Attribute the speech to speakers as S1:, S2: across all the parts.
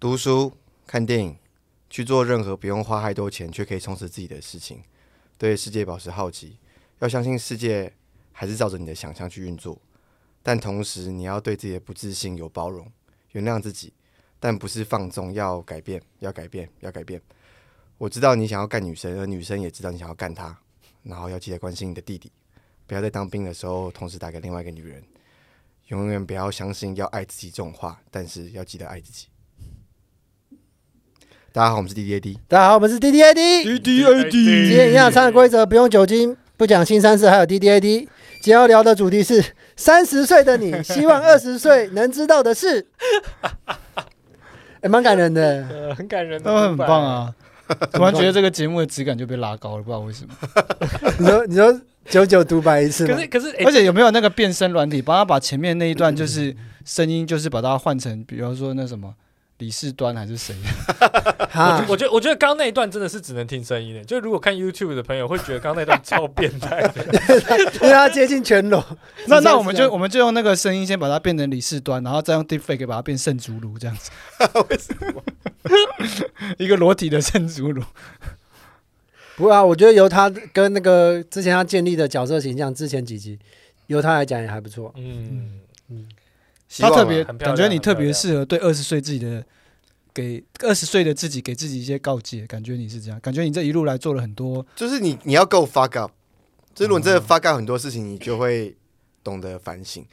S1: 读书、看电影，去做任何不用花太多钱却可以充实自己的事情，对世界保持好奇，要相信世界还是照着你的想象去运作。但同时，你要对自己的不自信有包容，原谅自己，但不是放纵，要改变，要改变，要改变。我知道你想要干女生，而女生也知道你想要干她，然后要记得关心你的弟弟，不要在当兵的时候同时打给另外一个女人。永远不要相信要爱自己这种话，但是要记得爱自己。大家好，我们是 D D A D。
S2: 大家好，我们是 D D A D。
S3: D D
S2: 今
S3: A D，
S2: 天营养餐的规则不用酒精，不讲新三事，还有 D D A D。今天要聊的主题是三十岁的你，希 望二十岁能知道的事。也蛮感人的，
S3: 呃，很感人的，
S4: 他们很棒！啊！突然觉得这个节目的质感就被拉高了，不知道为什么。
S2: 你说你说九九独白一次吗
S3: 可？是可是，哎
S4: 而且有没有那个变声软体，帮他把前面那一段就是声音，就是把它换成，比方说那什么李世端还是谁？
S1: 啊
S2: 哈，
S3: 我觉得我觉得刚刚那一段真的是只能听声音的，就如果看 YouTube 的朋友会觉得刚刚那段超变态的，
S2: 因为他接近全裸，
S4: 那
S2: 直接
S4: 那我们
S2: 这
S4: 就
S2: 样
S4: 我们就用那个声音先把它变成李世端，然后再用 Deepfake 把它变圣竹炉这样子。一个裸体的圣竹炉，
S2: 不会啊，我觉得由他跟那个之前他建立的角色形象，之前几集由他来讲也还不错。
S3: 嗯，
S4: 他特别
S1: 希望啊
S3: 很漂
S4: 感
S3: 亮
S4: 觉你特
S3: 很漂
S4: 别
S3: 亮
S4: 适合对二十岁自己的给二十岁的自己给自己一些告诫，感觉你是这样，感觉你这一路来做了很多
S1: 就是你你要够 fuck up，就是如果你
S4: 哦
S1: 真的 fuck up 很多事情，你就会懂得反省。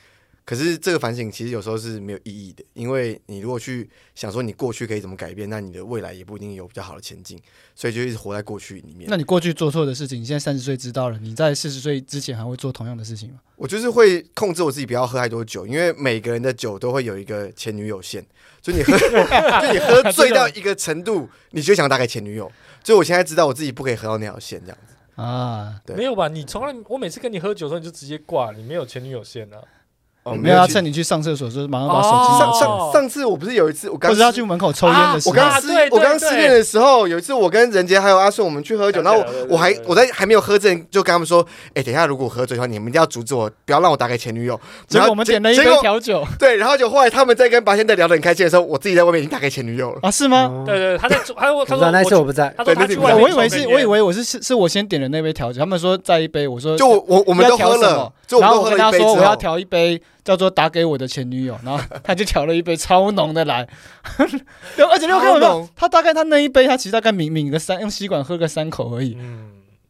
S1: 可是这个反省其实有时候是没有意义的，因为你如果去想说你过去可以怎么改变，那你的未来也不一定有比较好的前进，所以就一直活在过去里面
S4: 那。你过去做错的事情，你现在三十岁知道了，你在四十岁之前还会做同样的事情吗？
S1: 我就是会控制我自己不要喝太多酒，因为每个人的酒都会有一个前女友线，就你喝 就你喝醉到一个程度，你就想打给前女友。所以我现在知道我自己不可以喝到那条线，这样子。
S4: 啊，
S1: 对
S3: 没有吧？你从来我每次跟你喝酒的时候，你就直接挂，你没有前女友线啊？
S1: 哦
S4: 嗯没有要趁你去上厕所的时候马上把手机拿
S1: 上
S4: 出来，
S1: 上上次我不是有一次我刚
S4: 或者要去门口抽烟的时
S1: 我
S4: 候，
S1: 刚
S3: 哦啊
S1: 失
S3: 对对
S1: 我刚失恋的时候，有一次我跟任杰还有阿顺我们去喝酒，
S3: 想
S1: 然
S3: 起来
S1: 后我
S3: 了对对
S1: 我还
S3: 对
S1: 我在还没有喝之前就跟他们说，哎，等一下如果我喝醉的话，你们一定要阻止我，不要让我打给前女友。
S4: 结
S1: 然
S4: 果
S1: 后
S4: 我们点了一
S1: 结
S4: 杯
S1: 结果
S4: 调酒
S1: 对，然后就后来他们在跟白天在聊得很开心的时候，我自己在外面已经打给前女友了。
S4: 啊？是吗？
S1: 嗯
S2: 哦
S3: 对对，对他在他说
S2: 不
S3: 他
S2: 知道
S3: 说
S2: 那一次
S3: 我
S2: 我不在，
S3: 他
S1: 对
S3: 说
S1: 那
S3: 他
S1: 次
S3: 去
S1: 你
S3: 外
S1: 在
S3: 面
S4: 我以为是，
S3: 抽根烟
S4: 我以为我是是是我先点了那杯调酒，他们说再一杯，我说
S1: 就我我我们
S4: 要
S1: 都喝
S4: 调什
S1: 了
S4: 么，
S1: 就我
S4: 然
S1: 们
S4: 后
S1: 都
S4: 我
S1: 喝了一杯
S4: 跟他
S1: 之
S4: 说
S1: 后
S4: 我要调一杯叫做打给我的前女友，然后 他就调了一杯超浓的来， 对而且六
S1: 超
S4: 根本
S1: 浓
S4: 他大概他那一杯他其实大概抿抿个三用吸管喝个三口而已，
S3: 嗯，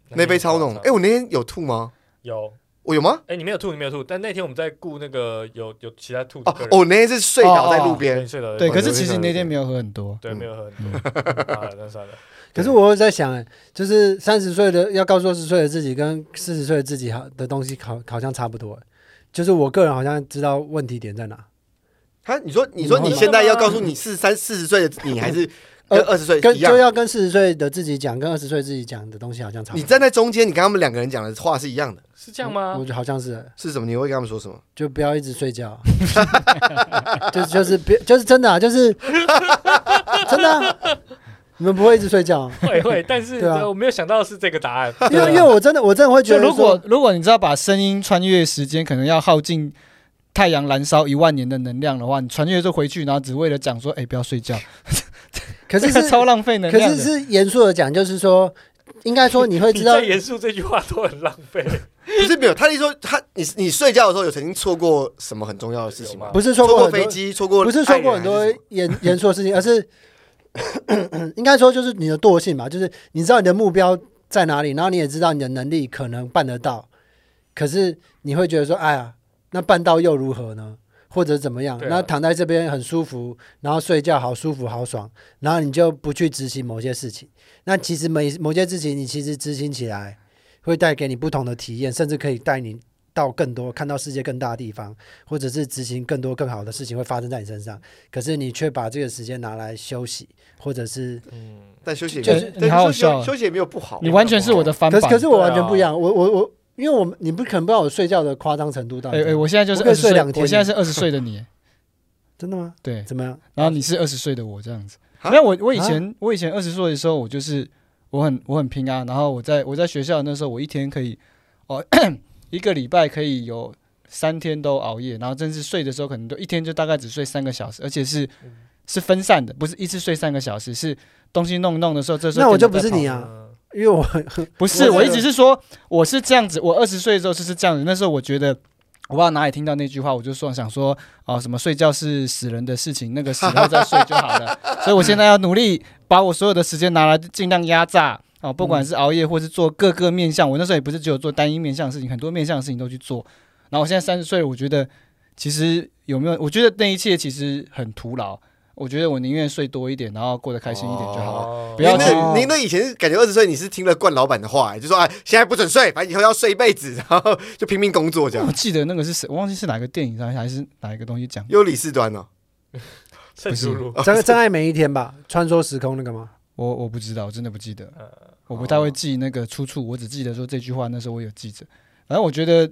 S1: 那杯超浓。哎，
S3: 我
S1: 我那天有吐吗？
S3: 有
S1: 我有吗？
S3: 哎，你没有吐，你没有吐，但那天我们在顾那个有有其他吐的
S1: 哦
S3: 客人，，
S1: 我那天是睡倒在路
S3: 对
S1: 边，
S3: 睡了，
S4: 对，
S1: 哦
S4: 可
S1: 有
S4: 是
S1: 印
S4: 其实
S1: 象
S4: 你那
S1: 有
S4: 天
S1: 印
S4: 没有喝很多。
S3: 对，
S1: 嗯
S3: 没有喝很多， 啊，那算了，
S2: 可是我在想，欸就是三十岁的要告诉二十岁的自己，跟四十岁的自己好的东西好好像差不多。欸就是我个人好像知道问题点在哪。
S1: 他你说你说
S4: 嗯
S1: 你现在要告诉你四三四十岁的你还是
S3: 呃
S1: 跟二十岁
S2: 跟
S1: 一样
S2: 就？要跟四十岁的自己讲，跟二十岁自己讲的东西好像差不多。
S1: 你站在中间，你跟他们两个人讲的话是一样的，
S3: 是这样
S2: 我
S4: 啊
S3: 吗？
S2: 觉得好像是，欸
S1: 是什么？你会跟他们说什么？
S2: 就不要一直睡觉。 就就是别就是真的啊，就是 真的啊、你们不会一直睡觉啊、
S3: 会会，但是
S2: 对啊
S3: 呃我没有想到是这个答案。
S2: 因
S1: 啊
S2: 为因为我真的我真的会觉
S4: 就
S2: 得说，
S4: 如果如果你知道把声音穿越时间，可能要耗尽太阳燃烧一万年的能量的话，你穿越就回去，然后只为了讲说，哎、不要睡觉，
S2: 可 是是
S4: 超浪费能
S2: 可
S4: 量的。
S2: 是是严肃的讲，就是说，应该说你会
S3: 你
S2: 知道
S3: 在，严肃这句话都很浪费，
S1: 不是没有，他的意思说他你你睡觉的时候有曾经错过什么很重要的事情吗？
S2: 不是错
S1: 错
S2: 过
S1: 过
S2: 很多
S1: 飞机，错过
S2: 不是
S1: 爱
S2: 说
S1: 人
S2: 过很多
S1: 还是什么
S2: 严严肃的事情，而是应该说就是你的惰性嘛，就是你知道你的目标在哪里，然后你也知道你的能力可能办得到，可是你会觉得说，哎呀，那办到又如何呢？或者怎么样？
S3: 对啊
S2: 那躺在这边很舒服，然后睡觉好舒服好爽，然后你就不去执行某些事情。那其实每某些事情，你其实执行起来会带给你不同的体验，甚至可以带你到更多看到世界更大的地方，或者是执行更多更好的事情会发生在你身上。可是你却把这个时间拿来休息，或者是
S3: 嗯，
S1: 但休息也
S4: 就
S1: 没
S4: 是
S1: 但
S4: 你好
S1: 休
S4: 好
S1: 息也
S4: 笑啊
S1: 休息也没有不好
S4: 你。完全是我的翻
S2: 可
S4: 版。
S2: 是可是我
S3: 对啊
S2: 完全不一样，我我我，因为我你不可能不知道我睡觉的夸张程度到底
S4: 哎哎、
S2: 怎么样。
S4: 我现在就是
S2: 我可
S4: 二
S2: 以
S4: 十
S2: 睡
S4: 岁，
S2: 两天
S4: 我现在是二十岁的你，
S2: 真的吗？
S4: 对，
S2: 怎么样？
S4: 然后你是二十岁的我这样子。
S1: 啊
S4: 没有我我以前我以前二十岁的时候，我就是我很我很拼啊，然后我在我在学校那时候，我一天可以哦 一个礼拜可以有
S2: 嗯
S4: 三天都熬夜，然后真是睡的时候可能都一天就大概只睡三个小时，而且是是分散的，不是一次睡三个小时，是东西弄一弄的时候，这时候
S2: 那我
S4: 电
S2: 就
S4: 脑
S2: 不
S4: 在
S2: 是
S4: 跑
S2: 你啊
S3: 嗯
S2: 因为 我
S4: 不是，
S2: 我
S4: 我一
S2: 这个
S4: 直是说我是这样子，我二十岁的时候就是这样子。那时候我觉得，我不知道哪里听到那句话，我就说想说，哦、什么睡觉是死人的事情，那个死后再睡就好了。所以我现在要努力把我所有的时间拿来尽量压榨。哦，不管是熬夜或是做各个面向，我那时候也不是只有做单一面向的事情，很多面向的事情都去做。然后我现在三十岁了，我觉得其实有没有？我觉得那一切其实很徒劳。我觉得我宁愿睡多一点，然后过得开心一点就好了。
S3: 哦
S4: 啊不要啊
S1: 您
S4: 去
S1: 那您那以前感觉二十岁你是听了冠老板的话、就说啊，现在不准睡，反正以后要睡一辈子，然后就拼命工作这
S4: 我
S1: 样。
S4: 记得那个是谁，我忘记是哪个电影上还是哪一个东西讲。
S1: 有李四端哦，
S3: 趁输入。
S2: 真真爱每一天吧，穿梭时空那个吗？
S4: 我我不知道，我真的不记得，
S3: 呃
S4: 我不太会记那个出处，我只记得说这句话，那时候我有记着。反正我觉得，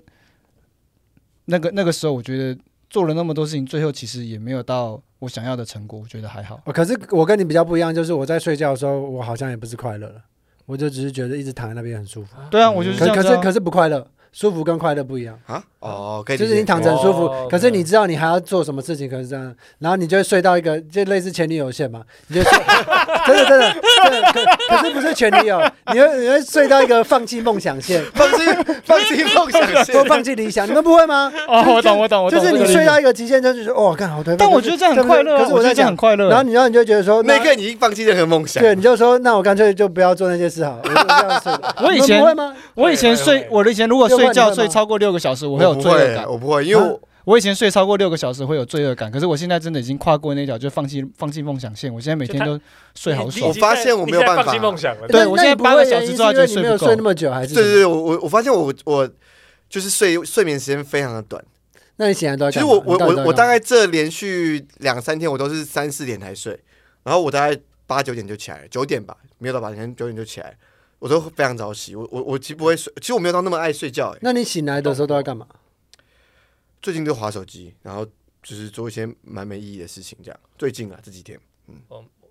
S4: 那个那个时候，我觉得做了那么多事情，最后其实也没有到我想要的成果，我觉得还好。
S2: 哦，可是我跟你比较不一样，就是我在睡觉的时候，我好像也不是快乐了，我就只是觉得一直躺在那边很舒服。
S4: 对啊，我就是这
S2: 可
S4: 样
S2: 可
S4: 子
S2: 是
S4: 啊、
S2: 可是不快乐，舒服跟快乐不一样，
S1: 啊，哦，可以理
S2: 就
S1: 解，
S2: 是你躺着很舒
S3: 哦
S2: 服，
S3: ，OK
S2: 可是你知道你还要做什么事情，可是这样，然后你就会睡到一个就类似前女友线嘛，你就睡 真的真的真的，可可是不是前女友，你会你会睡到一个放弃梦想线，
S1: 放弃放弃梦 想
S2: 或
S1: 线。
S2: 放弃理想，你们不会吗？
S4: 哦，我懂，我懂，我
S2: 就
S4: 懂。
S2: 是
S4: 这
S2: 你
S4: 个
S2: 睡
S4: 理解
S2: 到一个极限，就是说，哦，干好对，
S4: 但我觉得这样
S2: 对
S4: 很
S2: 不对
S4: 快乐啊，
S2: 可是我
S4: 觉
S2: 在
S4: 得这
S2: 讲
S4: 样很，快乐。
S2: 然后你然后你就觉得说，
S1: 那一刻你已经放弃任何梦想，
S2: 对，你就说，那我干脆就不要做那些事好了，我就 这样睡了。
S4: 我以
S2: 你们
S4: 前
S2: 不会吗？
S4: 我以前
S3: 会
S4: 睡，
S3: 会
S4: 我的以前如果
S2: 六
S4: 睡
S2: 万
S4: 觉
S2: 你会
S4: 睡
S2: 吗
S4: 超过六个小时，我
S1: 我
S4: 会有
S1: 不
S4: 罪恶感
S1: 会，。我不会，因为我
S4: 我以前睡超过六个小时会有罪恶感，可是我现在真的已经跨过那条，就放弃放弃梦想线。我现在每天都睡好
S3: 你
S4: 爽
S3: 已。经
S1: 我发
S3: 在
S1: 现我
S3: 你
S1: 没有
S3: 在
S1: 办
S3: 放
S1: 法
S3: 弃梦想了。
S4: 对
S2: 那
S4: 我
S2: 那
S4: 现在
S2: 你不
S4: 八
S2: 会
S4: 个小
S2: 原
S4: 时
S2: 因
S4: 之后
S2: 是因为
S4: 就
S2: 你
S4: 睡
S2: 没
S4: 不
S2: 有
S4: 够
S2: 睡那么久，还是
S1: 对对
S2: 什么
S1: 对，我我我发现我我就是睡睡眠时间非常的短。
S2: 那你醒来都在
S1: 其
S2: 干
S1: 实
S2: 嘛？
S1: 我我
S2: 你到底
S1: 我我大
S2: 在干
S1: 概
S2: 嘛
S1: 这连续两三天我都是三四点才睡，然后我大概八九点就起来了，九点吧，没有到八点，九点就起来，我都非常早起。我我我其实不会睡，其实我没有到那么爱睡觉、欸，
S2: 那你醒来的时候都在干嘛？
S1: 最近就划手机，然后就是做一些蛮没意义的事情，这样。最近啊这几天，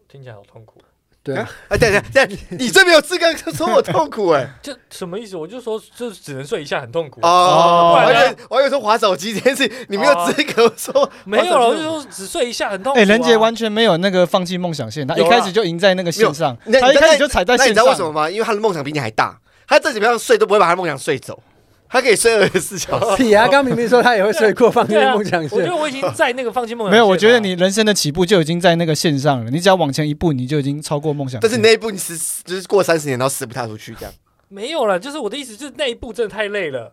S3: 听起来好痛苦。
S2: 对啊，
S1: 哎、等一下等一下，你最没有资格说我痛苦哎、
S3: 这什么意思？我就说，就只能睡一下，很痛苦。啊
S1: 哦，我
S3: 不
S1: 还以
S3: 然
S1: 为我还以为说划手机这件事，你没有
S2: 哦
S1: 资格说
S3: 没有了，
S1: 划手
S3: 我
S1: 机
S3: 就说只睡一下很痛苦、啊。
S4: 哎，任杰完全没有那个放弃梦想线，他一
S3: 有
S4: 开
S3: 啦
S4: 始就赢在那个线上，
S1: 没有
S4: 他一
S1: 那
S4: 开始就踩在
S1: 那你
S4: 线
S1: 知道为什么
S4: 上。
S1: 吗？因为他的梦想比你还大，他再怎么样睡都不会把他的梦想睡走，他可以睡二十四小 时。
S2: 屁啊！刚明明说他也会睡过， 放弃
S3: 对啊
S2: 梦想
S3: 我觉
S2: 线
S3: 得。我已经在那个放弃梦想线了。
S4: 没有，我觉得你人生的起步就已经在那个线上了。你只要往前一步，你就已经超过梦想线。
S1: 但是你那一步你十就是过三十年，然后死不踏出去这样。
S3: 没有了，就是我的意思，就是那一步真的太 累了。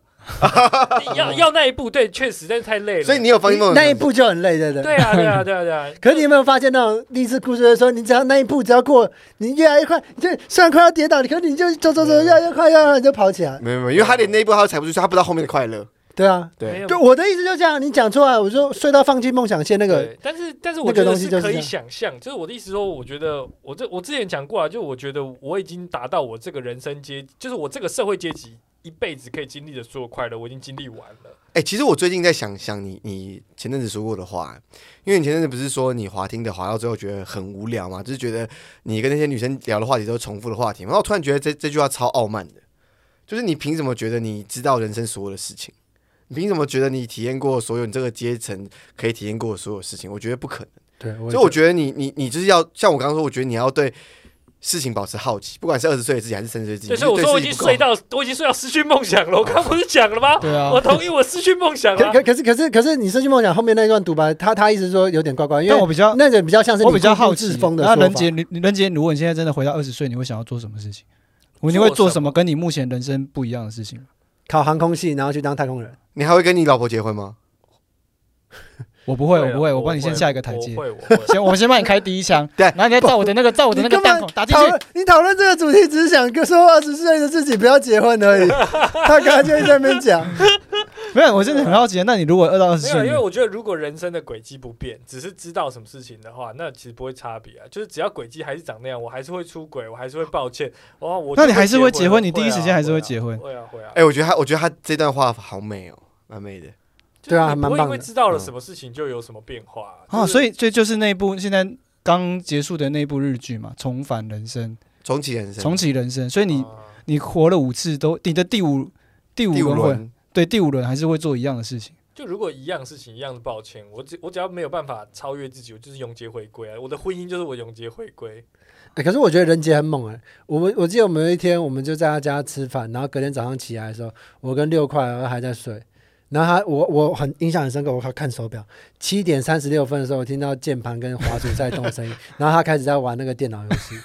S3: 要要那一步，对，确实，但是太累了。
S1: 所以你有放弃梦想
S2: 那一步就很累，对不对？
S3: 对啊，对啊，对啊，对啊。
S2: 可是你有没有发现那种励志故事的时候，你只要那一步只要过，你越来越快，你就虽然快要跌倒，你可是你就走走走，越来越快，越来越快，你就跑起来。
S1: 没有没有，因为他连那一步他都踩不出去，他不知道后面的快乐。
S2: 对啊，
S3: 没
S1: 对
S3: 有
S2: 就我的意思就这样，你讲出来，我就睡到放弃梦想线那个，
S3: 对，但是但是
S2: 那
S3: 我
S2: 个
S3: 觉得
S2: 东西
S3: 是
S2: 就是
S3: 可
S2: 这
S3: 以
S2: 样
S3: 想象，就是我的意思说，我觉得我这我之前讲过啊，就我觉得我已经达到我这个人生阶，就是我这个社会阶级一辈子可以经历的所有快乐，我已经经历完了。
S1: 哎、其实我最近在想想你你前阵子说过的话，因为你前阵子不是说你滑听的滑到最后觉得很无聊嘛，就是觉得你跟那些女生聊的话题都是重复的话题嘛。然后我突然觉得这这句话超傲慢的，就是你凭什么觉得你知道人生所有的事情？你凭什么觉得你体验过所有你这个阶层可以体验过的所有事情？我觉得不可能。
S2: 对，
S1: 所以我觉得你你你就是要像我刚刚说，我觉得你要对事情保持好奇，不管是二十岁的自己还是三十岁的自己。
S3: 就
S1: 你
S3: 是我
S1: 对
S3: 说我
S1: 自己
S3: 已经
S1: 不
S3: 睡到，我已经睡到失去梦想了。我刚不是讲了吗？
S4: 对啊
S3: 我同意我失去梦想
S2: 可
S3: 了。啊
S2: 可可是可是可是你失去梦想后面那一段独白，他他意思说有点怪怪，因
S4: 但
S2: 为
S4: 我比较，
S2: 那个比较像是
S4: 我
S2: 你
S4: 比较
S2: 固步
S4: 好奇
S2: 自封。的
S4: 那
S2: 说
S4: 任
S2: 法
S4: 杰，你你任杰，如果你现在真的回到二十岁，你会想要做什么事情？你会做
S3: 做
S4: 什
S3: 什
S4: 么跟你目前人生不一样的事情？
S2: 考航空系，然后去当太空人。
S1: 你还会跟你老婆结婚吗？
S4: 我不会，我不会，
S3: 啊
S4: 我帮你先
S3: 会
S4: 下一个台阶
S3: 我。会，我会。
S4: 先，我先帮你开第一枪，
S1: 对
S4: 然后你再照我的那个，照我的那个
S2: 你干
S4: 弹
S2: 嘛
S4: 孔打进
S2: 讨
S4: 去。
S2: 论你讨论这个主题，只是想说二十岁的自己不要结婚而已。他刚刚就在那边讲，
S4: 没有，我真的很好奇，啊那你如果饿到二十
S3: 没有，
S4: 岁
S3: 因为
S4: 呢，
S3: 我觉得如果人生的轨迹不变，只是知道什么事情的话，那其实不会差别啊。就是只要轨迹还是长那样，我还是会出轨，我还是会抱歉。哇，我
S4: 那
S3: 就
S4: 你还是
S3: 会
S4: 会结婚你第一
S3: 会啊
S4: 时间还是
S3: 会
S4: 会
S3: 啊
S4: 结婚
S3: 会啊会啊
S1: 哎、。我觉得他，我觉得他这段话好美哦，蛮美的。
S3: 就是
S2: 对啊
S3: 你
S2: 还蛮
S3: 不会
S2: 棒
S3: 因为
S2: 的
S3: 知道了
S1: 嗯
S3: 什么事情就有什么变化
S4: 啊，所
S3: 以
S4: 以这就是那部现在刚结束的那部日剧嘛，《重返人生
S1: 重启人》，生，
S4: 重启人生。所以
S3: 哦
S4: 你
S3: 啊
S4: 你活了五次都，你的第五第五
S1: 第五
S4: 轮会
S1: 轮，
S4: 对第五轮还是会做一样的事情。
S3: 就如果一样事情一样的抱歉，我只我只要没有办法超越自己，我就是永劫回归啊！我的婚姻就是我永劫回归。
S2: 哎，可是我觉得人杰很猛哎、我们我记得我们有一天，我们就在他家吃饭，然后隔天早上起来的时候，我跟六块还在睡，然后他我我很印象很深刻，我看手表，七点三十六分的时候，我听到键盘跟滑鼠在动声音，然后他开始在玩那个电脑游戏，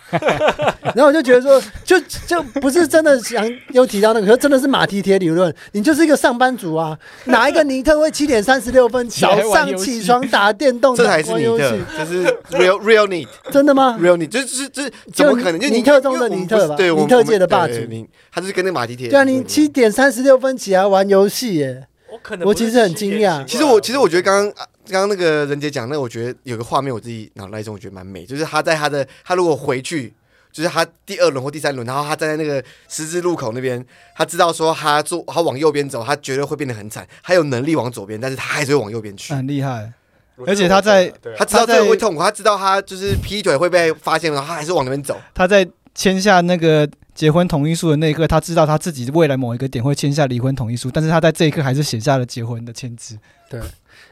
S2: 然后我就觉得说，就就不是真的想又提到那个，可是真的是马蹄铁理论，你就是一个上班族啊，哪一个尼特会七点三十六分
S4: 起来
S2: 早
S4: 玩
S2: 上
S4: 游戏
S2: 起床打电动，
S1: 这才
S2: 打
S1: 是
S2: 玩
S1: 你
S2: 游
S1: 的
S2: 戏，
S1: 这是 real real need
S2: 真的吗？
S1: real need，这是这怎么可能？就
S2: 尼
S1: 你
S2: 特中的
S1: 因为我们
S2: 尼
S1: 不
S2: 特
S1: 是
S2: 吧
S1: 对，我们
S2: 尼特界的霸主
S1: 我们对你他就是跟那个马蹄铁。
S2: 对啊，你七。点三十六分起来玩游戏耶，
S3: 我可能
S2: 我
S3: 不是
S2: 其实很
S3: 7
S2: 惊
S3: 点
S2: 讶
S3: 习
S1: 其
S3: 惯
S1: 实我其实我觉得
S3: 我
S1: 刚刚啊刚刚那个任杰讲那个，我觉得有个画面我自己脑袋中我觉得蛮美，就是他在他的他如果回去。就是他第二轮或第三轮，然后他站在那个十字路口那边，他知道说他坐他往右边走，他绝对会变得很惨。他有能力往左边，但是他还是会往右边去。
S4: 很厉害。
S3: 我觉得
S4: 而且
S3: 我
S4: 他 在
S3: 懂了对啊
S1: 他知道
S4: 他
S1: 这
S4: 在
S1: 个会痛苦，他知道他就是劈腿会被发现，然后他还是往那边走。
S4: 他在签下那个结婚同意书的那一刻，他知道他自己未来某一个点会签下离婚同意书，但是他在这一刻还是写下了结婚的签字。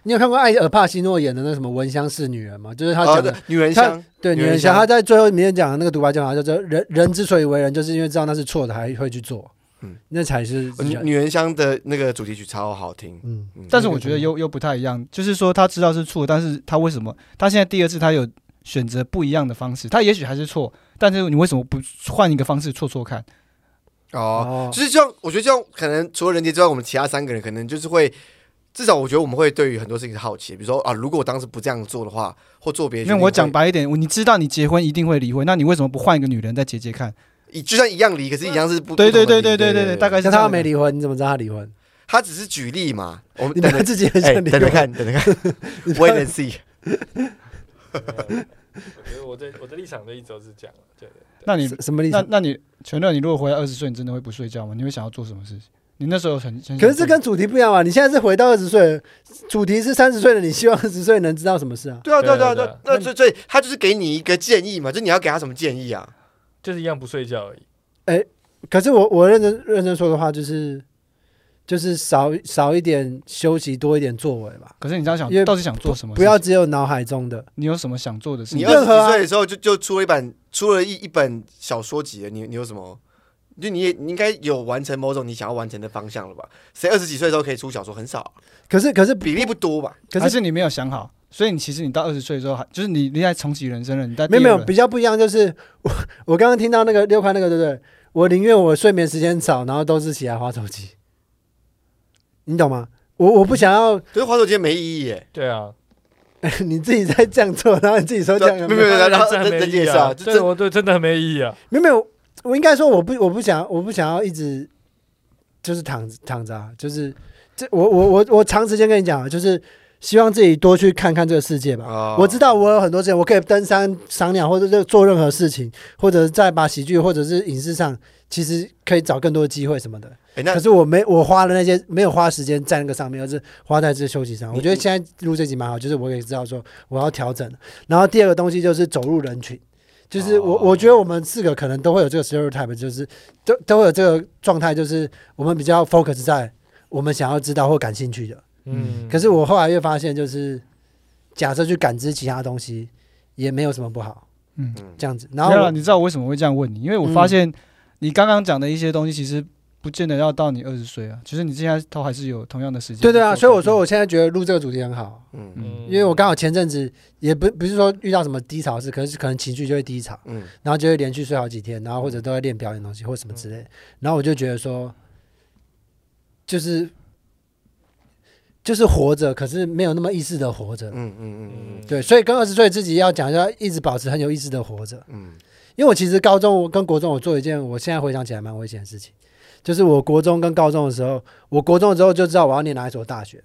S2: 你有看过艾尔帕西诺演的那什么《闻香识女人》吗？就是他
S1: 哦
S2: 讲的、
S1: 对，女人
S2: 他
S1: 香，
S2: 对
S1: 女
S2: 女人
S1: 人
S2: 想
S1: 香
S2: 他在最后里面讲的那个独白叫啥？叫做人人之所以为人，就是因为知道那是错的，还会去做，
S1: 嗯
S2: 那才是
S1: 呃女
S2: 人。
S1: 女人香的那个主题曲超好听。
S2: 嗯，
S1: 嗯
S4: 但是我觉得又又不太一样，就是说他知道是错，但是他为什么他现在第二次他有选择不一样的方式？他也许还是错，但是你为什么不换一个方式错错看？
S1: 哦，
S2: 哦，
S1: 就是这样，我觉得这样可能除了人杰之外，我们其他三个人可能就是会，至少我觉得我们会对于很多事情是好奇，比如说啊，如果我当时不这样做的话，或做别的决
S4: 那
S1: 定会，
S4: 我讲白一点，你知道你结婚一定会离婚，那你为什么不换一个女人再结结看？
S1: 一，就算一样离，可是一样是不
S4: 对
S1: 不同的
S4: 对对
S1: 离对
S4: 对对对对，大概是
S2: 像
S4: 这样
S2: 他
S4: 的
S2: 没离婚，你怎么知道他离婚？
S1: 他只是举例嘛，我们
S2: 你
S1: 等
S2: 们
S1: 着
S2: 自己 很
S1: 哎
S2: 想离
S1: 等着
S2: 婚。
S1: 看，等着看，wait and see。
S3: 我觉得我的我的立场就一直都是这样，对对对。
S4: 那你
S2: 什什么意
S4: 那
S2: 思？
S4: 那你全乐，你如果回到二十岁，你真的会不睡觉吗？你会想要做什么事情？你那时候很很想
S2: 可是这
S4: 做
S2: 跟主题不一样啊！你现在是回到二十岁，主题是三十岁的，你希望二十岁能知道什么事啊？
S1: 对啊，对啊，对
S3: 对
S1: 啊，
S3: 啊
S1: 对
S3: 对
S1: 啊
S3: 啊，
S1: 那所以所以他就是给你一个建议嘛，就你要给他什么建议啊？
S3: 就是一样不睡觉而已。
S2: 可是我我认真认真说的话，就是就是少少一点休息，多一点作为吧，
S4: 可是你这样
S2: 因为
S4: 想，到底想做什么事
S2: 不
S4: 情？
S2: 要只有脑海中的。
S4: 你有什么想做的事
S1: 你
S4: 情
S1: 二？
S2: 任
S1: 十
S2: 何
S1: 几
S2: 啊
S1: 岁的时候就就出了一本出了一一本小说集了，你你有什么？就你也你应该有完成某种你想要完成的方向了吧？谁二十几岁的时候可以出小说？很少，啊
S2: 可是可是
S1: 比例不多吧？
S2: 可
S4: 还
S2: 是
S4: 是你没有想好？所以你其实你到二十岁之后，还就是你你在重启人生了，你在
S2: 没有没有
S4: 第
S2: 比较不一样，就是我我刚刚听到那个六块那个对不对？我宁愿我睡眠时间少，然后都是起来划手机，你懂吗？我我不想要
S1: 可是滑手机没意义耶。
S3: 对啊，
S2: 你自己在这样做，然后你自己说这
S1: 对
S2: 样
S1: 没
S2: 有
S1: 有没
S2: 没有
S1: 有，没有然后
S3: 真
S1: 人
S3: 的
S1: 人
S3: 很没意
S1: 也
S3: 义
S1: 是啊，
S3: 啊！
S1: 就
S3: 对，
S1: 真
S3: 我对真的很没意义啊。
S2: 没有没有，我应该说我不我不想我不想要一直就是躺着躺着、啊，就是这我我我我长时间跟你讲啊，就是希望自己多去看看这个世界吧。
S1: 哦
S2: 啊我知道我有很多钱，我可以登山、赏鸟，或者是做任何事情，或者在把喜剧或者是影视上，其实可以找更多的机会什么的。
S1: 哎，那
S2: 可是我没我花了那些没有花时间在那个上面，而是花在这休息上。
S1: 你
S2: 我觉得现在录这集蛮好，就是我也知道说我要调整。然后第二个东西就是走入人群，就是我、
S1: 哦
S2: 我觉得我们四个可能都会有这个 stereotype，就是都都会有这个状态，就是我们比较 focus 在我们想要知道或感兴趣的。
S4: 嗯
S3: 嗯，
S2: 可是我后来又发现，就是假设去感知其他东西，也没有什么不好。
S4: 嗯
S2: 这样子。然
S4: 然
S2: 后
S4: 后
S2: 我嗯
S4: 你知道我为什么会这样问你？因为我发现你刚刚讲的一些东西，其实不见得要到你二十岁啊。其实你现在都还是有同样的时间。
S2: 对对啊，所以我说我现在觉得录这个主题很好，
S1: 嗯
S4: 嗯
S2: 因为我刚好前阵子也不不是说遇到什么低潮的事，可是可能情绪就会低潮，
S1: 嗯，
S2: 然后就会连续睡好几天，然后或者都在练表演东西或什么之类的，然后我就觉得说，就是就是活着，可是没有那么意识的活着
S1: 嗯。嗯嗯嗯嗯
S2: 对，所以跟二十岁自己要讲，要一直保持很有意识的活着。
S1: 嗯，
S2: 因为我其实高中我跟国中我做一件我现在回想起来蛮危险的事情，就是我国中跟高中的时候，我国中的时候就知道我要念哪一所大学，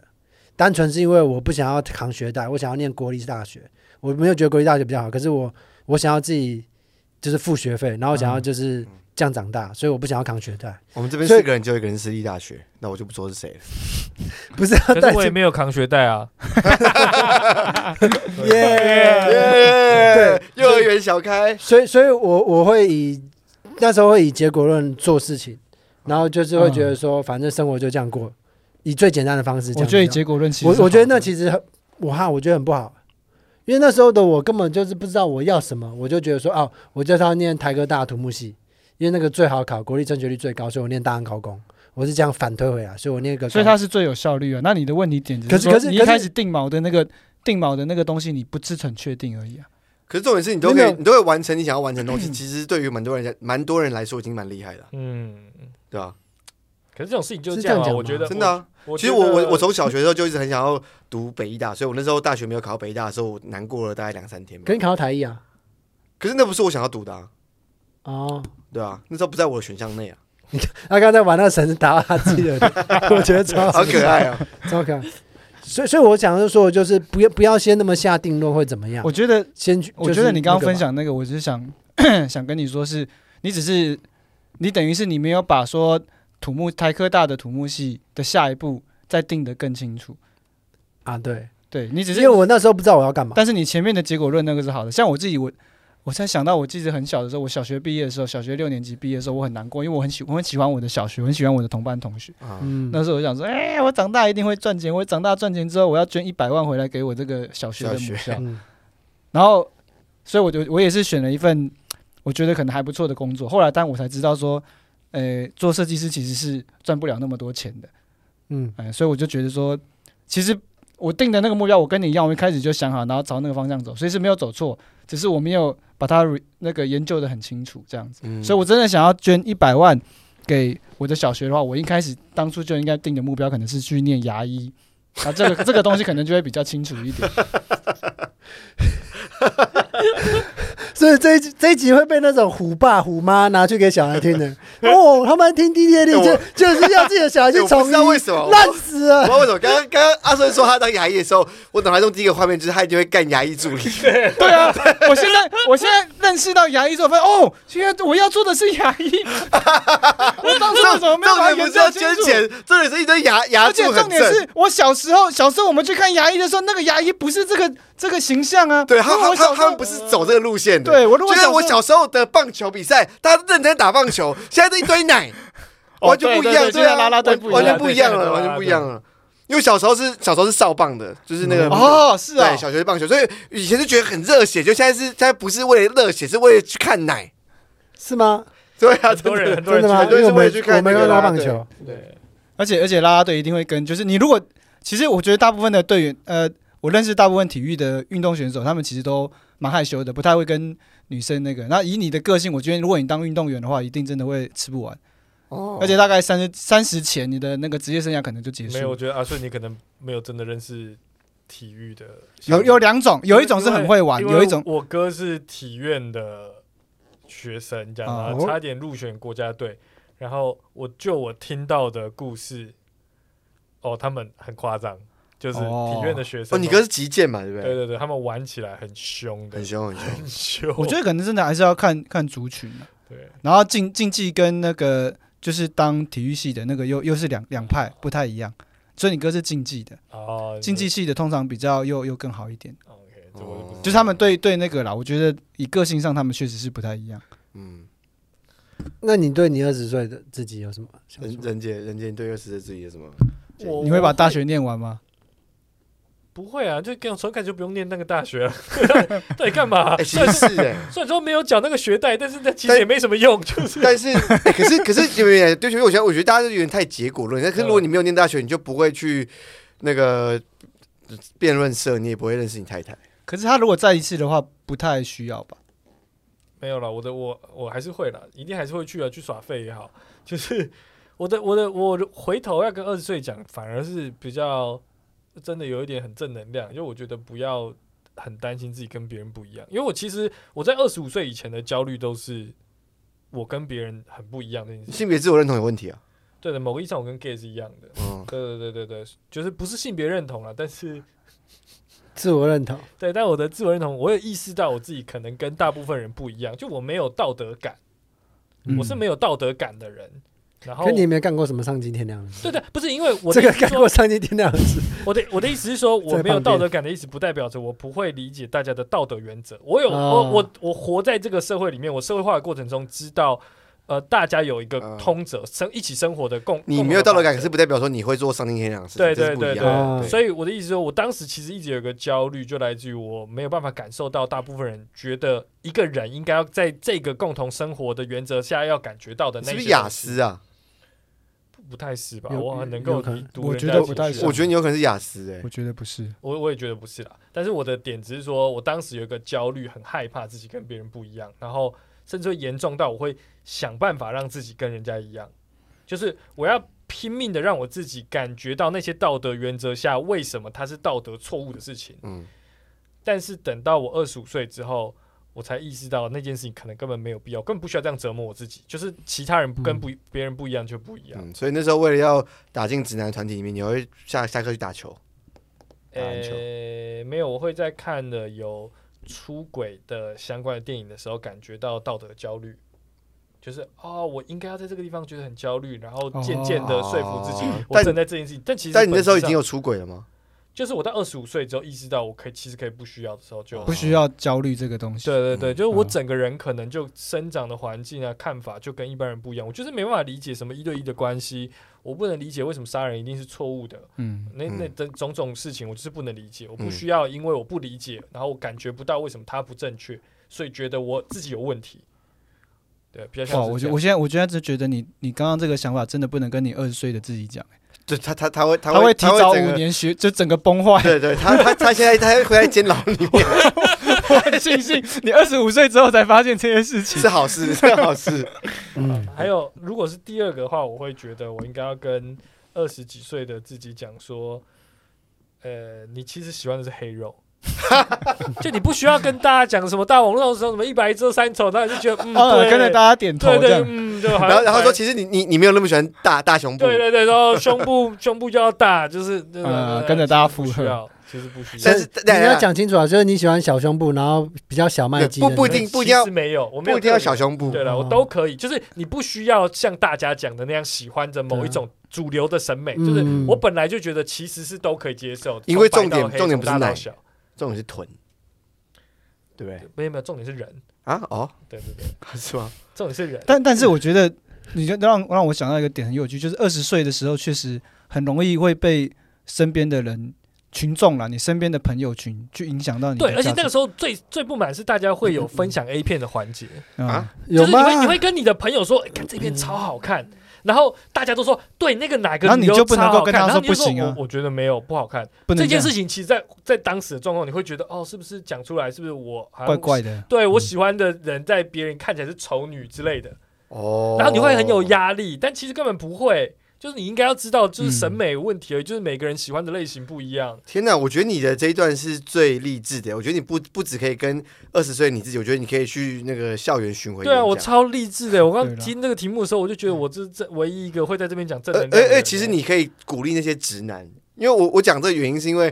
S2: 单纯是因为我不想要扛学贷，我想要念国立大学，我没有觉得国立大学比较好，可是我我想要自己就是付学费，然后想要就是这样长大，所以我不想要扛学贷，
S1: 我们这边
S2: 所以
S1: 四个人就有一个人私立大学，那我就不说是谁了。
S2: 不是要
S3: 可
S2: 带
S3: 是我也没有扛学贷啊。
S2: 耶，
S1: 耶，幼儿园小开，
S2: 所以所以我我会以那时候会以结果论做事情，然后就是会觉得说，反正生活就这样过。以最简单的方式讲比较
S4: 嗯我
S2: 好。
S4: 觉得以结果论其实
S2: 我
S4: 是
S2: 我觉得
S4: 好的
S2: 那其实很，我哈，我觉得很不好，因为那时候的我根本就是不知道我要什么，我就觉得说哦，我就是要念台科大土木系，因为那个最好考，国立升学率最高，所以我念大安考工，我是这样反推回来，所以我念一个高，
S4: 所以它是最有效率啊。那你的问题点只
S2: 可是
S4: 说
S2: 可是
S4: 你一
S2: 可是
S4: 开始定锚的那个定锚的那个东西，你不是很确定而已啊。
S1: 可是重点是你都可
S2: 没
S1: 以，
S2: 有
S1: 你都会完成你想要完成的东西。其实对于蛮多人来，蛮多人来说已经蛮厉害的，啊
S3: 嗯，
S1: 对吧？
S3: 可是这种事情就是
S2: 是
S3: 这样
S2: 这样
S3: 啊，
S2: 讲
S3: 我觉
S2: 吗
S3: 得
S1: 真的啊。
S3: 我，
S1: 其实我
S3: 觉得
S1: 我我从小学的时候就一直很想要读北医大，所以我那时候大学没有考到北医大的时候，我难过了大概两三天吧。
S2: 可你考到台艺啊，
S1: 可是那不是我想要读的、啊，
S2: 哦，
S1: 对啊，那时候不在我的选项内啊，
S2: 他刚才玩那绳子打到他自己的 脸，我觉得超
S1: 好可爱啊！
S2: 超可爱。所以，所以我讲的是说，就是不要不要先那么下定论会怎么样
S4: 我，觉得
S2: 先去。
S4: 我觉得你刚刚
S2: 就是那个吧
S4: 分享那个，我只是想 想跟你说是，你只是你等于是你没有把说土木台科大的土木系的下一步再定得更清楚。
S2: 啊，对，
S4: 对你只
S2: 因
S4: 是
S2: 为我那时候不知道我要干嘛。
S4: 但是你前面的结果论那个是好的，像我自己我。我才想到，我记得很小的时候，我小学毕业的时候，小学六年级毕业的时候，我很难过，因为我很喜我很喜欢我的小学，我很喜欢我的同班同学。
S1: 啊，
S2: 嗯，
S4: 那时候我就想说，哎、我长大一定会赚钱，我长大赚钱之后，我要捐一百万回来给我这个小学的
S1: 小
S4: 母
S1: 学
S4: 校。
S2: 嗯
S4: 然后，所以我就我也是选了一份我觉得可能还不错的工作。后来，但我才知道说，呃，做设计师其实是赚不了那么多钱的。
S2: 嗯，
S4: 哎、所以我就觉得说，其实我定的那个目标，我跟你一样，我一开始就想好，然后朝那个方向走，所以是没有走错，只是我没有把它 re- 那个研究的很清楚这样子。
S1: 嗯
S4: 所以我真的想要捐一百万给我的小学的话，我一开始当初就应该定的目标可能是去念牙医。啊，这个这个东西可能就会比较清楚一 点。
S2: 所以这一集这一集会被那种虎爸虎妈拿去给小孩听的。 哦，他们听 D D
S1: 哎
S2: D 就
S1: 我
S2: 就是要自己的小孩去
S1: 哎我
S2: 从
S1: 不知道
S2: 医，
S1: 为什么，我
S2: 烂死
S1: 不
S2: 了
S1: 知。道为什么。刚刚刚刚阿顺说他当牙医的时候，我脑海中第一个画面就是他一定会干牙医助理，
S4: 对啊，我现在我现在认识到牙医之后，发现哦，现在我要做的是牙 医。 我当初为什么没有把
S1: 重
S4: 它
S1: 点
S4: 研
S1: 不是要
S4: 究
S1: 捐
S4: 清楚？
S1: 钱，重点是一堆牙牙
S4: 而且
S1: 柱很
S4: 重点
S1: 正。
S4: 是我小时候，小时候我们去看牙医的时候，那个牙医不是这个这个形象啊。
S1: 对
S4: 如
S1: 他
S4: 果
S1: 他
S4: 我小
S1: 他
S4: 时
S1: 他
S4: 候
S1: 们不是走这个路线的。
S4: 对我如果
S1: 就
S4: 小
S1: 像
S4: 时候
S1: 我小时候的棒球比赛，大家认真打棒球，现在这一堆奶，
S4: 哦
S1: 完全不一样，
S4: 对对对
S1: 对啊，
S4: 现在啦啦队
S1: 完
S4: 不
S1: 完全不
S4: 一样
S1: 一样了，
S3: 对
S1: 完全不一样了。因为小时候是小时候是少棒的，就是那个
S4: 哦，是啊
S1: 对，小学棒球，所以以前就觉得很热血，就现在是现在不是为了热血，是为了去看奶。
S2: 是吗？
S1: 对啊，
S3: 很
S1: 真
S3: 多人
S1: 的
S3: 很多
S2: 真
S3: 人
S2: 的吗？
S1: 很
S2: 因
S1: 多人
S2: 为
S1: 是为了
S2: 我没
S1: 去看
S2: 我没
S1: 那个啦
S2: 看到棒球，
S3: 对
S4: 而且而且啦啦队一定会跟，就是你如果其实我觉得大部分的队员，呃，我认识大部分体育的运动选手，他们其实都蛮害羞的，不太会跟女生那个。那以你的个性，我觉得如果你当运动员的话，一定真的会吃不完，
S1: 哦
S4: 而且大概三十三十前，你的那个职业生涯可能就结
S3: 没
S4: 束
S3: 有，我
S4: 了。
S3: 觉得阿啊顺你可能没有真的认识体育的，
S4: 有有两种，有一种是很会玩，
S3: 因为
S4: 有一种
S3: 我哥是体院的学生，这样啊，
S2: 哦
S3: 差点入选国家队。然后我就我听到的故事，哦，他们很夸张，就是
S4: 哦
S3: 体院的学生
S1: 哦，
S3: 哦，
S1: 你哥是击剑嘛，对不
S3: 对
S1: 对？
S3: 对对，他们玩起来很凶的，
S1: 很凶很凶，
S3: 很凶。
S4: 我觉得可能真的还是要看看族群、啊，
S3: 对，
S4: 然后竞竞技跟那个就是当体育系的那个又又是两两派不太一样，所以你哥是竞技的，
S3: 哦，
S4: 竞技系的通常比较又又更好一点。
S3: ，OK，这我就不知道
S4: 就是他们对对那个啦，我觉得以个性上他们确实是不太一样。
S1: 嗯，
S2: 那你对你二十岁的自己有什么想
S1: 人
S4: 嗯
S2: 说？
S1: 人杰人杰，你对二十的自己有 什么？
S3: 我
S4: 你会把大学念完吗？
S3: 不会啊？就跟从开始就不用念那个大学了， 到底干嘛？
S1: 哎，其
S3: 虽
S1: 实
S3: 然
S1: 是哎，
S3: 虽然说没有缴那个学贷，但是那其实
S1: 但
S3: 也没什么用，就是
S1: 但是，欸可是，可是， 因为对不起，我觉得，我觉得大家都有点太结果论。但是，如果你没有念大学，你就不会去那个辩论社，你也不会认识你太太。
S4: 可是他如果再一次的话，不太需要吧？
S3: 没有了，我的我我还是会了，一定还是会去啊，去耍废也好。 就是我的我的我回头要跟二十岁讲，反而是比较真的有一点很正能量，因为我觉得不要很担心自己跟别人不一样，因为我其实我在二十五岁以前的焦虑都是我跟别人很不一样的。
S1: 性别自我认同有问题啊。
S3: 对的，某个意义上我跟 gay 是一样的。
S1: 嗯，
S3: 对对对对对，就是不是性别认同了，但是
S2: 自我认同，
S3: 对，但我的自我认同，我有意识到我自己可能跟大部分人不一样，就我没有道德感。
S1: 嗯
S3: 我是没有道德感的人。然后
S2: 可你有没有干过什么丧尽天良的事？
S3: 对对，不是因为我
S2: 这
S3: 的
S2: 个
S3: 意思
S2: 干
S3: 是
S2: 过
S3: 说，
S2: 丧尽天良的事，
S3: 我的我的意思是 说，我
S2: 在
S3: 没有
S2: 旁
S3: 道
S2: 边
S3: 德感的意思，不代表着我不会理解大家的道德原则。我有、
S2: 哦
S3: 我我我活在这个社会里面，我社会化的过程中知道。呃，大家有一个
S1: 嗯
S3: 通则，生一起生活的共，
S1: 你
S3: 共
S1: 没
S3: 同
S1: 有
S3: 的
S1: 道德
S3: 法
S1: 感，
S3: 则
S1: 可是不代表说你会做伤天害理的事情，
S3: 对
S1: 这
S3: 对
S1: 是不
S3: 对
S1: 一样的。
S4: 啊
S2: 对
S1: 对
S3: 所以我的意思是，我当时其实一直有一个焦虑，就来自于我没有办法感受到大部分人觉得一个人应该要在这个共同生活的原则下要感觉到的
S1: 你
S3: 那
S1: 是
S3: 些
S1: 不是
S3: 东西。
S1: 雅思啊？
S3: 不太是吧？
S2: 有
S3: 我很能
S2: 有
S3: 够
S2: 可能
S3: 理读
S4: 我
S3: 人
S4: 觉
S3: 家
S4: 得
S3: 的
S4: 不
S3: 情
S4: 太
S3: 绪
S4: 是
S3: 啊
S1: 我觉得你有可能是雅思哎
S4: 我。觉得不是。
S3: 我我也觉得不是啦，但是我的点只是说，我当时有一个焦虑，很害怕自己跟别人不一样，然后甚至会严重到我会想办法让自己跟人家一样，就是我要拼命的让我自己感觉到那些道德原则下为什么它是道德错误的事情。
S1: 嗯，
S3: 但是等到我二十五岁之后，我才意识到那件事情可能根本没有必要，根本不需要这样折磨我自己。就是其他人跟不嗯一别、人不一样就不一样。
S1: 嗯，所以那时候为了要打进直男团体里面，你会下下课去打球。
S3: 嗯
S1: 打篮球
S3: 呃，没有，我会在看了有出轨的相关的电影的时候，感觉到道德焦虑，就是哦，我应该要在这个地方觉得很焦虑，然后渐渐的说服自己，
S1: 哦
S3: 我
S1: 但
S3: 正在这件事情。但其实，
S1: 但你那时候已经，有出轨了吗？
S3: 就是我到二十五岁之后意识到，我可以其实可以不需要的时候就
S1: 哦
S4: 不需要焦虑这个东西。
S3: 对对对，
S1: 嗯
S3: 就是我
S4: 嗯
S3: 整个人可能就生长的环境啊、看法就跟一般人不一样，我就是没办法理解什么一对一的关系，我不能理解为什么杀人一定是错误的，
S4: 嗯，
S3: 那那
S1: 嗯
S3: 种种种事情我就是不能理解，我不
S1: 嗯
S3: 需要因为我不理解，然后我感觉不到为什么他不正确，所以觉得我自己有问题。对，比较
S4: 哇，我
S3: 像
S4: 觉
S3: 是这
S4: 得
S3: 样
S4: 我。现在我现在只觉得你你刚刚这个想法真的不能跟你二十岁的自己讲，
S1: 对他他他会他
S4: 他会提
S1: 他
S4: 早
S1: 整
S4: 五
S1: 个。
S4: 年学就整个崩坏。
S1: 对对，他他他现在他会在监牢里面
S4: 我很庆幸你二十五岁之后才发现这些事情
S1: 是。好事，是好事。
S2: 嗯，
S3: 啊还有，如果是第二个的话，我会觉得我应该要跟二十几岁的自己讲说，呃，你其实喜欢的是黑肉。 就你不需要跟大家讲什么大网络上什么一白遮三丑，大家就觉得嗯，
S1: 啊
S4: 哦，
S3: 对，
S4: 跟着大家点头
S3: 对
S4: 这
S3: 对，
S4: 样。
S3: 嗯，就好像
S1: 然后然后
S3: 反正
S1: 说，其实你你你没有那么喜欢大大胸部，
S3: 对对对，然后胸部 胸部就要大，就是对对
S1: 啊
S4: 呃
S3: 对
S4: 跟着
S3: 其实
S4: 大家
S3: 不
S4: 附
S3: 需
S4: 和
S3: 要，其实不需要
S1: 但。是
S2: 你要讲清楚啊，就是你喜欢小胸部，然后比较小麦肌的那
S1: 不不
S2: 种，
S1: 一定不一定要
S3: 其实没有，我没有
S1: 不一定要小
S3: 胸
S1: 胸
S4: 嗯
S1: 部。
S3: 对了，我
S2: 哦
S3: 都可以，就是你不需要像大家讲的那样喜欢着某一种主流的审美，就是
S2: 嗯
S3: 我本来就觉得其实是都可以接受，
S1: 因为
S3: 从
S1: 重
S3: 白
S1: 点
S3: 到黑
S1: 重点不
S3: 从
S1: 是
S3: 大到
S1: 奶
S3: 小，
S1: 重点是臀，对不对？
S3: 没有没有，重点是人，
S1: 啊哦，
S3: 对对对，
S1: 是吗？
S3: 重点是人，
S4: 但但是我觉得你就让让我想到一个点很有趣，就是二十岁的时候确实很容易会被身边的人群众啦，你身边的朋友群去影响到你的
S3: 对，
S4: 价值。
S3: 而且那个时候最最不满是大家会有分享 A 片的环节，
S4: 嗯
S1: 啊
S2: 有
S3: 就是你会
S2: 吗
S3: 你？会跟你的朋友说，欸看这片超好看，然后大家都说对那个哪个
S4: 然后你
S3: 女优
S4: 就不能
S3: 超好
S4: 够跟
S3: 看
S4: 他说
S3: 然后你就
S4: 不行啊
S3: 我我觉得没有不好看。
S4: 不能
S3: 这件
S4: 样
S3: 事情其实在，在当时的状况，你会觉得哦，是不是讲出来是不是我好
S4: 怪
S3: 像
S4: 怪的。
S3: 对
S1: 嗯
S3: 我喜欢的人在别人看起来是丑女之类的，
S1: 哦，
S3: 然后你会很有压力，但其实根本不会。就是你应该要知道，就是审美问题而已，就是每个人喜欢的类型不一样。
S1: 天哪，我觉得你的这一段是最励志的。我觉得你不不只可以跟二十岁你自己，我觉得你可以去那个校园巡回演
S3: 对
S1: 讲。
S3: 啊，我超励志的。我刚
S2: 啊
S4: 对啦
S3: 听这个题目的时候，我就觉得我这这唯一一个会在这边讲正
S1: 呃
S3: 能量的
S1: 而
S3: 人了。
S1: 而其实你可以鼓励那些直男，因为我我讲这个原因是因为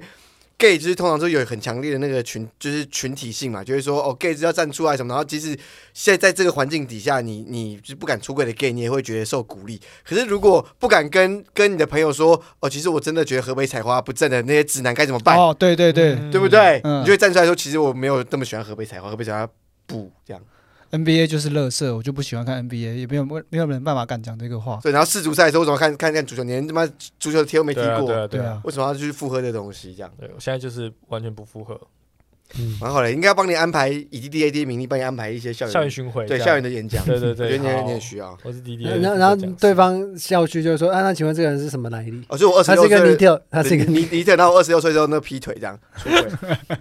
S1: gay 就是通常都有很强烈的那个群，就是群体性嘛，就会说哦 gay 就是要站出来什么，然后即使现在在这个环境底下，你你就是不敢出柜的 gay，你也会觉得受鼓励。可是如果不敢跟跟你的朋友说哦，其实我真的觉得河北采花不正的那些直男该怎么办，
S4: 哦，对对对
S3: 嗯
S1: 对不对？
S4: 嗯
S1: 你就会站出来说，其实我没有那么喜欢河北采花，河北采花不这样。
S4: ，NBA 就是乐色，我就不喜欢看 NBA，也没有没有人办法敢讲这个话。
S1: 所以然后世足赛的时候，为什么看看看足球，连他妈足球的贴都没踢
S3: 对啊
S1: 过？
S3: 对啊对
S4: 对
S3: 啊，
S4: 啊，
S1: 为什么要去附和这东西？这样
S3: 对，我现在就是完全不符合
S1: 蛮好的，应该帮你安排以 D D A D 名义帮你安排一些校园
S3: 校园巡回这
S1: 对
S3: 样，
S1: 校园的演讲，
S3: 对对
S1: 我觉
S3: 对，
S1: 得你也
S3: 好
S1: 你也需要。
S3: 我是滴滴的，
S2: 然后然后对方校区就说啊，那请问这个人是什么来历？
S1: 哦，所以我二十
S2: 他
S1: 六
S2: 是一个
S1: 岁
S2: n，e 他
S1: 他
S2: 是一个
S1: 你你等到二十六岁之后那劈腿这样，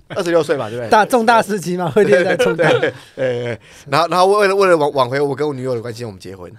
S1: 二十六岁嘛，对不对？
S2: 大重大时期嘛，会列在 重大。
S1: 对对对然后然后为了为了挽挽回我跟我女友的关系，我们结婚。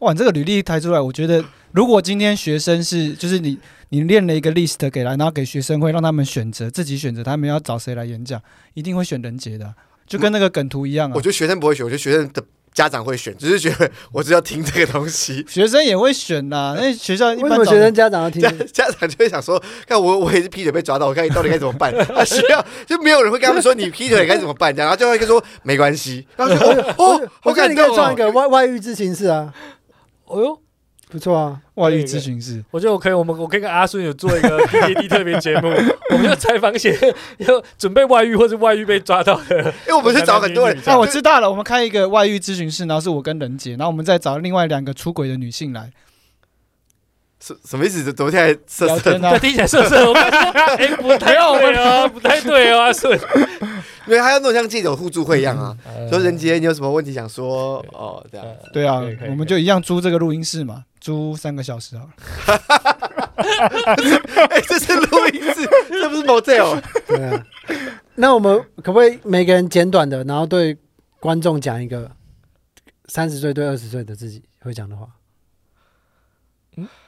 S4: 哇，你这个履历抬出来，我觉得如果今天学生是，就是你你练了一个 list 给来，然后给学生会让他们选择，自己选择他们要找谁来演讲，一定会选人杰的啊、就跟那个梗图一样啊
S1: 我。觉得学生不会选，我觉得学生的家长会选，只是觉得我只要听这个东西。
S4: 学生也会选呐、那学校一
S2: 为
S4: 般
S2: 什么
S4: 找
S2: 学生家长要听
S1: 家？ 家长就会想说，看我我也是劈腿被抓到，我看你到底该怎么 办？他需要就没有人会跟他们说你劈腿该怎么办，这样，然后最后一个说没关系，然后就哦，哦好
S2: 我觉得
S1: 感
S2: 你
S1: 动
S2: 可以创一
S1: 哦。哎
S2: 个外外遇之情事啊，
S3: 哦哟，
S2: 不错啊，
S4: 外遇咨询室，
S3: 我觉得我可以，我们我可以跟阿顺有做一个 PPT 特别 节目，我们就采访一些 要准备外遇或是外遇被抓到 的。
S1: 因为我们是找很多人，
S4: 那啊我知道了，我们开一个外遇咨询室，然后是我跟仁杰，然后我们再找另外两个出轨的女性来
S1: 什什么意思？怎么现在色
S4: 聊
S1: 色？
S4: 天啊
S3: 这。听起来是不是？ 我们哎、不太对哦， 不太对哦，阿顺。
S1: 没有，还有那种像记者互助会一样啊。
S2: 嗯
S3: 呃
S1: 说任杰，你有什么问题想说？
S3: 对
S1: 哦，这样。
S4: 对啊
S3: 可以可以，
S4: 我们
S3: 可
S4: 就一样租这个录音室嘛，租三个小时好了。
S1: 哎，这是录音 室，这不是 motel。
S2: 嗯对啊。 那我们可不可以每个人简短的，然后对观众讲一个三十岁对二十岁的自己会讲的话？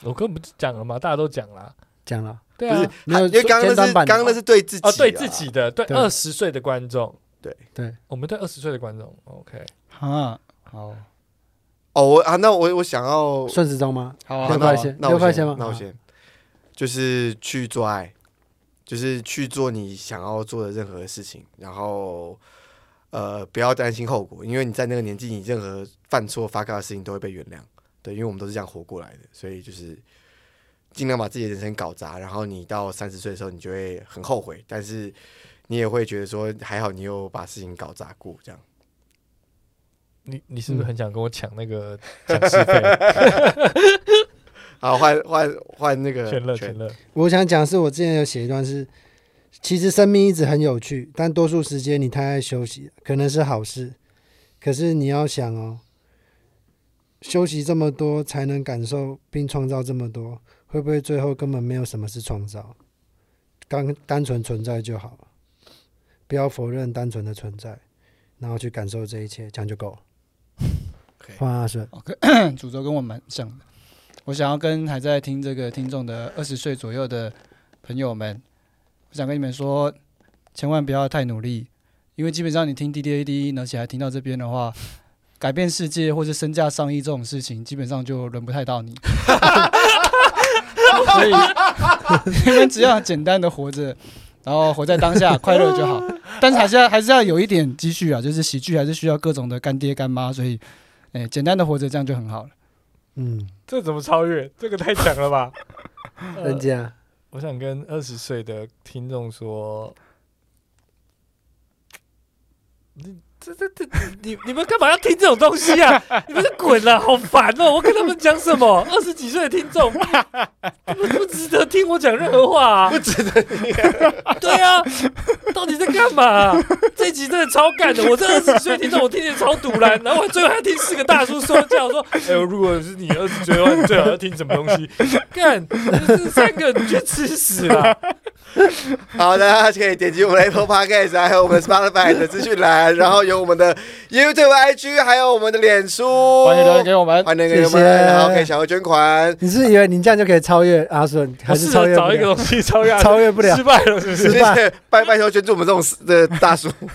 S3: 我根本不是讲了嘛，大家都讲了。
S2: 讲了，
S3: 对
S1: 不
S3: 啊
S1: 是，
S2: 没有
S1: 因为刚刚
S2: 简
S1: 那
S2: 短
S1: 是
S2: 版
S1: 刚
S2: 的
S1: 刚那是对自己
S3: 哦，
S1: 啊
S3: 对自己。的，对
S2: 对
S3: 二十岁的观众，
S1: 对
S2: 对，
S3: 我们对二十岁的观众，OK，
S4: 啊，好，
S1: 哦，我啊，那我我想要
S2: 顺时钟吗？
S4: 好
S1: 哦那
S4: 啊，
S1: 那
S2: 六块
S1: 我
S2: 钱
S1: 那
S2: 六
S1: 我
S2: 块
S1: 先
S2: 钱吗啊
S1: 那我先，就是去做爱，就是去做你想要做的任何事情，然后呃，不要担心后果，因为你在那个年纪，你任何犯错发尬的事情都会被原谅。对，因为我们都是这样活过来的，所以就是尽量把自己的人生搞砸，然后你到三十岁的时候，你就会很后悔，但是你也会觉得说，还好你有把事情搞砸过，这样。
S3: 你你是不是很想跟我抢那 个讲师费？
S1: 好，换换换那个
S3: 全乐
S1: 全
S3: 全乐，
S2: 我想讲是我之前有写一段是，其实生命一直很有趣，但多数时间你太爱休息，可能是好事。可是你要想哦，休息这么多才能感受并创造这么多，会不会最后根本没有什么是创造？刚单纯存在就好了，不要否认单纯的存在，然后去感受这一切，这样就够了。
S1: OK
S2: 换阿顺，
S4: 主轴跟我蛮像的。我想要跟还在听这个听众的二十岁左右的朋友们，我想跟你们说，千万不要太努力，因为基本上你听 D D A D，而且还听到这边的话， 改变世界或是身价上亿这种事情，基本上就轮不太到你。 所以 你们只要简单的活着，然后活在当下，快乐就好。但是还是要还是要有一点积蓄啊，就是喜剧还是需要各种的干爹干妈，所以，哎、简单的活着这样就很好了。
S2: 嗯，
S3: 这怎么超越？这个太强了吧！呃
S2: 人家
S3: 我想跟二十岁的听众说，你这这这，你你们干嘛要听这种东西啊？你们是滚了，好烦哦！我跟他们讲什么？二十几岁的听众，他们不值得听我讲任何话啊！不值得。对啊，到底在干嘛、这集真的超干的！我这二十几岁听众，我听起来超堵然，然后我最后还听四个大叔说教，说：“哎、如果是你二十岁的话，你最好要听什么东西？”干，这三个你去吃屎啦！
S1: 好的，大家可以点击我们的 Apple Podcast，还有我们的 Spotify 的资讯栏，然后有我们的 YouTube、IG，还有我们的脸书，
S4: 欢迎留言给我们。
S1: 欢迎给我
S2: 谢谢
S1: 们，然后可以小额捐款。
S2: 你是以为你这样就可以超越阿顺，还
S3: 我
S2: 是
S3: 试
S2: 超
S3: 着
S2: 越不
S3: 找一个
S2: 了？
S3: 东西超越啊
S2: 超越不 了
S3: 失败了是不是？
S1: 谢
S2: 失败
S1: 谢，拜拜托捐助我们这种的大叔，